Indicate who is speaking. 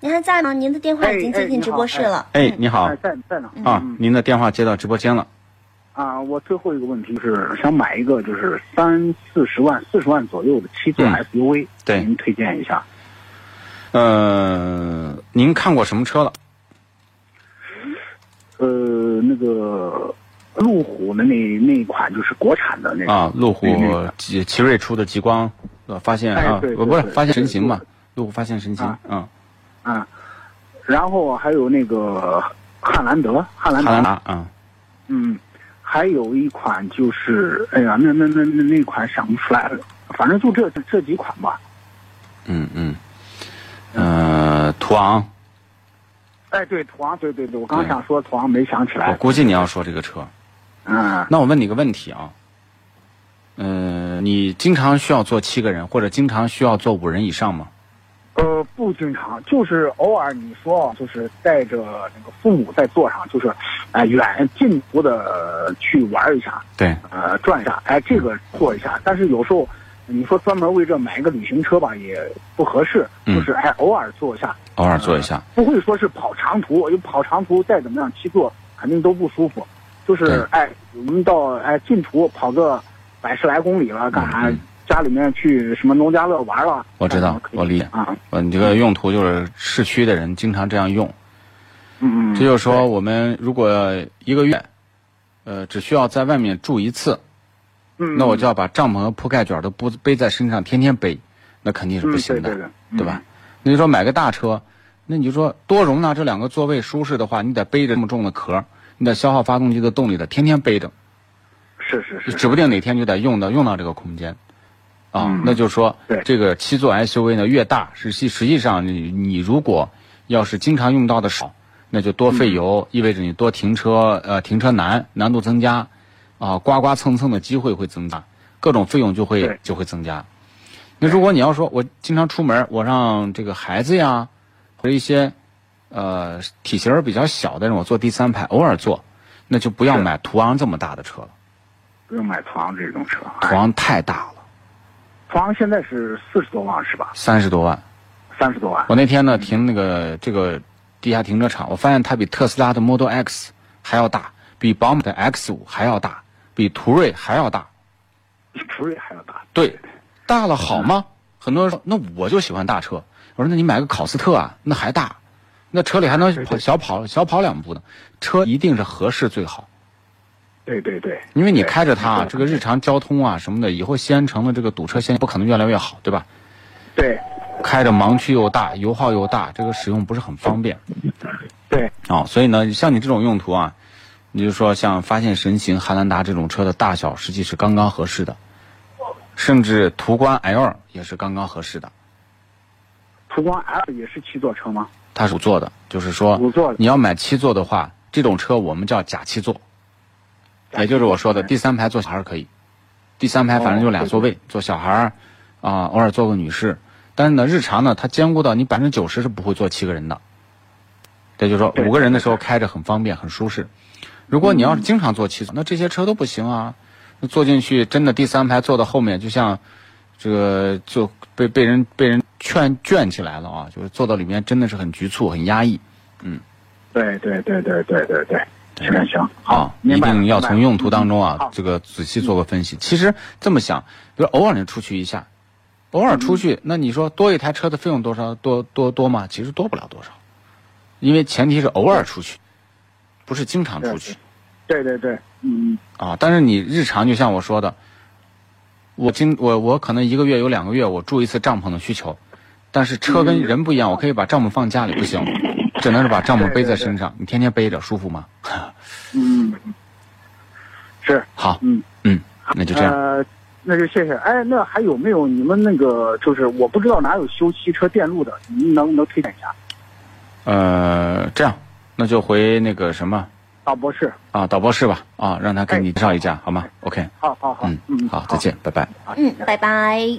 Speaker 1: 您还在吗？您的电话已经接进直播室了。”。
Speaker 2: 哎，你好
Speaker 3: 哎在在哪儿
Speaker 2: 啊，您的电话接到直播间了。
Speaker 3: 啊？我最后一个问题就是想买一个就是三四十万、四十万左右的七座
Speaker 2: 嗯
Speaker 3: SUV，、
Speaker 2: 对
Speaker 3: 您推荐一下。
Speaker 2: 呃，您看过什么车了？
Speaker 3: 呃，那个路虎的那那一款就是国产的那个
Speaker 2: 啊，路虎
Speaker 3: 那个
Speaker 2: 奇奇瑞出的极光，呃，发现
Speaker 3: 哎
Speaker 2: 啊，
Speaker 3: 对
Speaker 2: 不
Speaker 3: 对
Speaker 2: 不是
Speaker 3: 对
Speaker 2: 发现神
Speaker 3: 对
Speaker 2: 行嘛？路虎发现神行
Speaker 3: 啊
Speaker 2: 啊，
Speaker 3: 啊，然后还有那个汉兰德，汉兰
Speaker 2: 汉
Speaker 3: 德，
Speaker 2: 兰达啊，
Speaker 3: 嗯，还有一款就是，哎呀，那那那那那款想不出来了，反正就这这几款吧。
Speaker 2: 嗯嗯，呃，途昂，
Speaker 3: 哎，对，途昂，对对对，我刚
Speaker 2: 对哦
Speaker 3: 想说途昂，没想起
Speaker 2: 我
Speaker 3: 来。
Speaker 2: 估计你要说这个车。
Speaker 3: 嗯，
Speaker 2: 那我问你个问题啊，呃，你经常需要坐七个人，或者经常需要坐五人以上吗？
Speaker 3: 呃，不经常，就是偶尔你说，啊就是带着那个父母在座上，就是，哎、远近途的去玩一下，
Speaker 2: 对，
Speaker 3: 呃，转一下，哎、这个做一下。但是有时候，你说专门为这买一个旅行车吧，也不合适，
Speaker 2: 嗯
Speaker 3: 就是哎、偶尔做一下，
Speaker 2: 偶尔坐一下。
Speaker 3: 不会说是跑长途，因为跑长途再怎么样七座肯定都不舒服。就
Speaker 2: 对
Speaker 3: 是哎，我们到哎近途跑个百十来公里了，干啥？
Speaker 2: 嗯嗯
Speaker 3: 家里面去什么农家乐玩了？
Speaker 2: 我知道
Speaker 3: 嗯可以
Speaker 2: 我理解
Speaker 3: 啊，
Speaker 2: 呃，你这个用途就是市区的人经常这样用，
Speaker 3: 嗯嗯，
Speaker 2: 这就是说我们如果一个月，呃，只需要在外面住一次，
Speaker 3: 嗯，
Speaker 2: 那我就要把帐篷和铺盖卷都不背在身上，天天背，那肯定是不行的，
Speaker 3: 嗯对对对
Speaker 2: 吧？那你说买个大车，那你就说多容纳这两个座位舒适的话，你得背着这么重的壳，你得消耗发动机的动力的，天天背着，
Speaker 3: 是是是，
Speaker 2: 指不定哪天就得用到用到这个空间。啊，
Speaker 3: 嗯
Speaker 2: 那就是说
Speaker 3: 对，
Speaker 2: 这个七座 SUV 呢越大，实际实际上你你如果要是经常用到的少，那就多费
Speaker 3: 嗯
Speaker 2: 油，意味着你多停车，呃，停车难难度增加，啊，刮刮蹭蹭的机会会增加，各种费用就会
Speaker 3: 对
Speaker 2: 就会增加。那如果你要说我经常出门，我让这个孩子呀，或者一些呃体型儿比较小的人，我坐第三排，偶尔坐，那就不要
Speaker 3: 是
Speaker 2: 买途昂这么大的车了，
Speaker 3: 不用买途昂这种车。
Speaker 2: 途昂太大了，
Speaker 3: 途昂现在是四十多万是吧？
Speaker 2: 三十多万。
Speaker 3: 三十多万。
Speaker 2: 我那天呢停那个这个地下停车场，我发现它比特斯拉的 Model X 还要大，比宝马的 X 五还要大，比途锐还要大。
Speaker 3: 途锐还要大。
Speaker 2: 对，大了好吗？很多人说，那我就喜欢大车。我说，那你买个考斯特啊，那还大，那车里还能跑小跑小跑两步呢。车一定是合适最好，
Speaker 3: 对对对，
Speaker 2: 因为你开着它啊，
Speaker 3: 对
Speaker 2: 这个日常交通啊什么的，以后西安城的这个堵车现象不可能越来越好，对吧？
Speaker 3: 对
Speaker 2: 开着盲区又大，油耗又大，这个使用不是很方便。
Speaker 3: 对，
Speaker 2: 哦，所以呢，像你这种用途啊，你就说像发现神行、汉兰达这种车的大小，实际是刚刚合适的，甚至途观 L 也是刚刚合适的。
Speaker 3: 途观 L 也是七座车吗？
Speaker 2: 它是五座的，就是说
Speaker 3: 五座的
Speaker 2: 你要买七座的话，这种车我们叫假七座，
Speaker 3: 假七座
Speaker 2: 也就是我说的第三排坐小孩儿可以，第三排
Speaker 3: 哦
Speaker 2: 反正就俩座位，坐小孩儿啊、偶尔坐个女士。但是呢，日常呢，它兼顾到你百分之九十是不会坐七个人的，这就是说
Speaker 3: 对嗯
Speaker 2: 五个人的时候开着很方便很舒适。如果你要是经常坐七座，那这些车都不行啊。那坐进去真的第三排坐到后面，就像这个就被被人被人劝卷起来了啊，就是坐到里面真的是很局促很压抑
Speaker 3: 对对对对对对对，行行，好
Speaker 2: 啊，，一
Speaker 3: 明白了嗯
Speaker 2: 定要从用途当中
Speaker 3: 明
Speaker 2: 啊
Speaker 3: 白了
Speaker 2: 这个仔细做个分析。其实这么想，比如偶尔你出去一下，偶尔出
Speaker 3: 嗯
Speaker 2: 去，那你说多一台车的费用多少多多多吗？其实多不了多少，因为前提是偶尔出去，不是经常出去。
Speaker 3: 对对对，嗯，
Speaker 2: 啊，但是你日常就像我说的，我今我我可能一个月有两个月我住一次帐篷的需求，但是车
Speaker 3: 嗯
Speaker 2: 跟人不一样，我可以把帐篷放家里不行，只能是把帐篷背在身上，你天天背着舒服吗？
Speaker 3: 嗯，是，
Speaker 2: 好，
Speaker 3: 嗯
Speaker 2: 嗯，那就这样，
Speaker 3: 呃，那就谢谢。哎，那还有没有你们那个就是我不知道哪有修汽车电路的，您能能推荐一下？
Speaker 2: 呃，这样，那就回那个什么
Speaker 3: 大博士，
Speaker 2: 啊，导播室吧，啊，让他给你介绍一下，好吗？OK，
Speaker 3: 好哎好好，
Speaker 2: 嗯
Speaker 3: 嗯，
Speaker 2: 好，再见，拜拜。
Speaker 3: 好，
Speaker 1: 嗯，拜拜。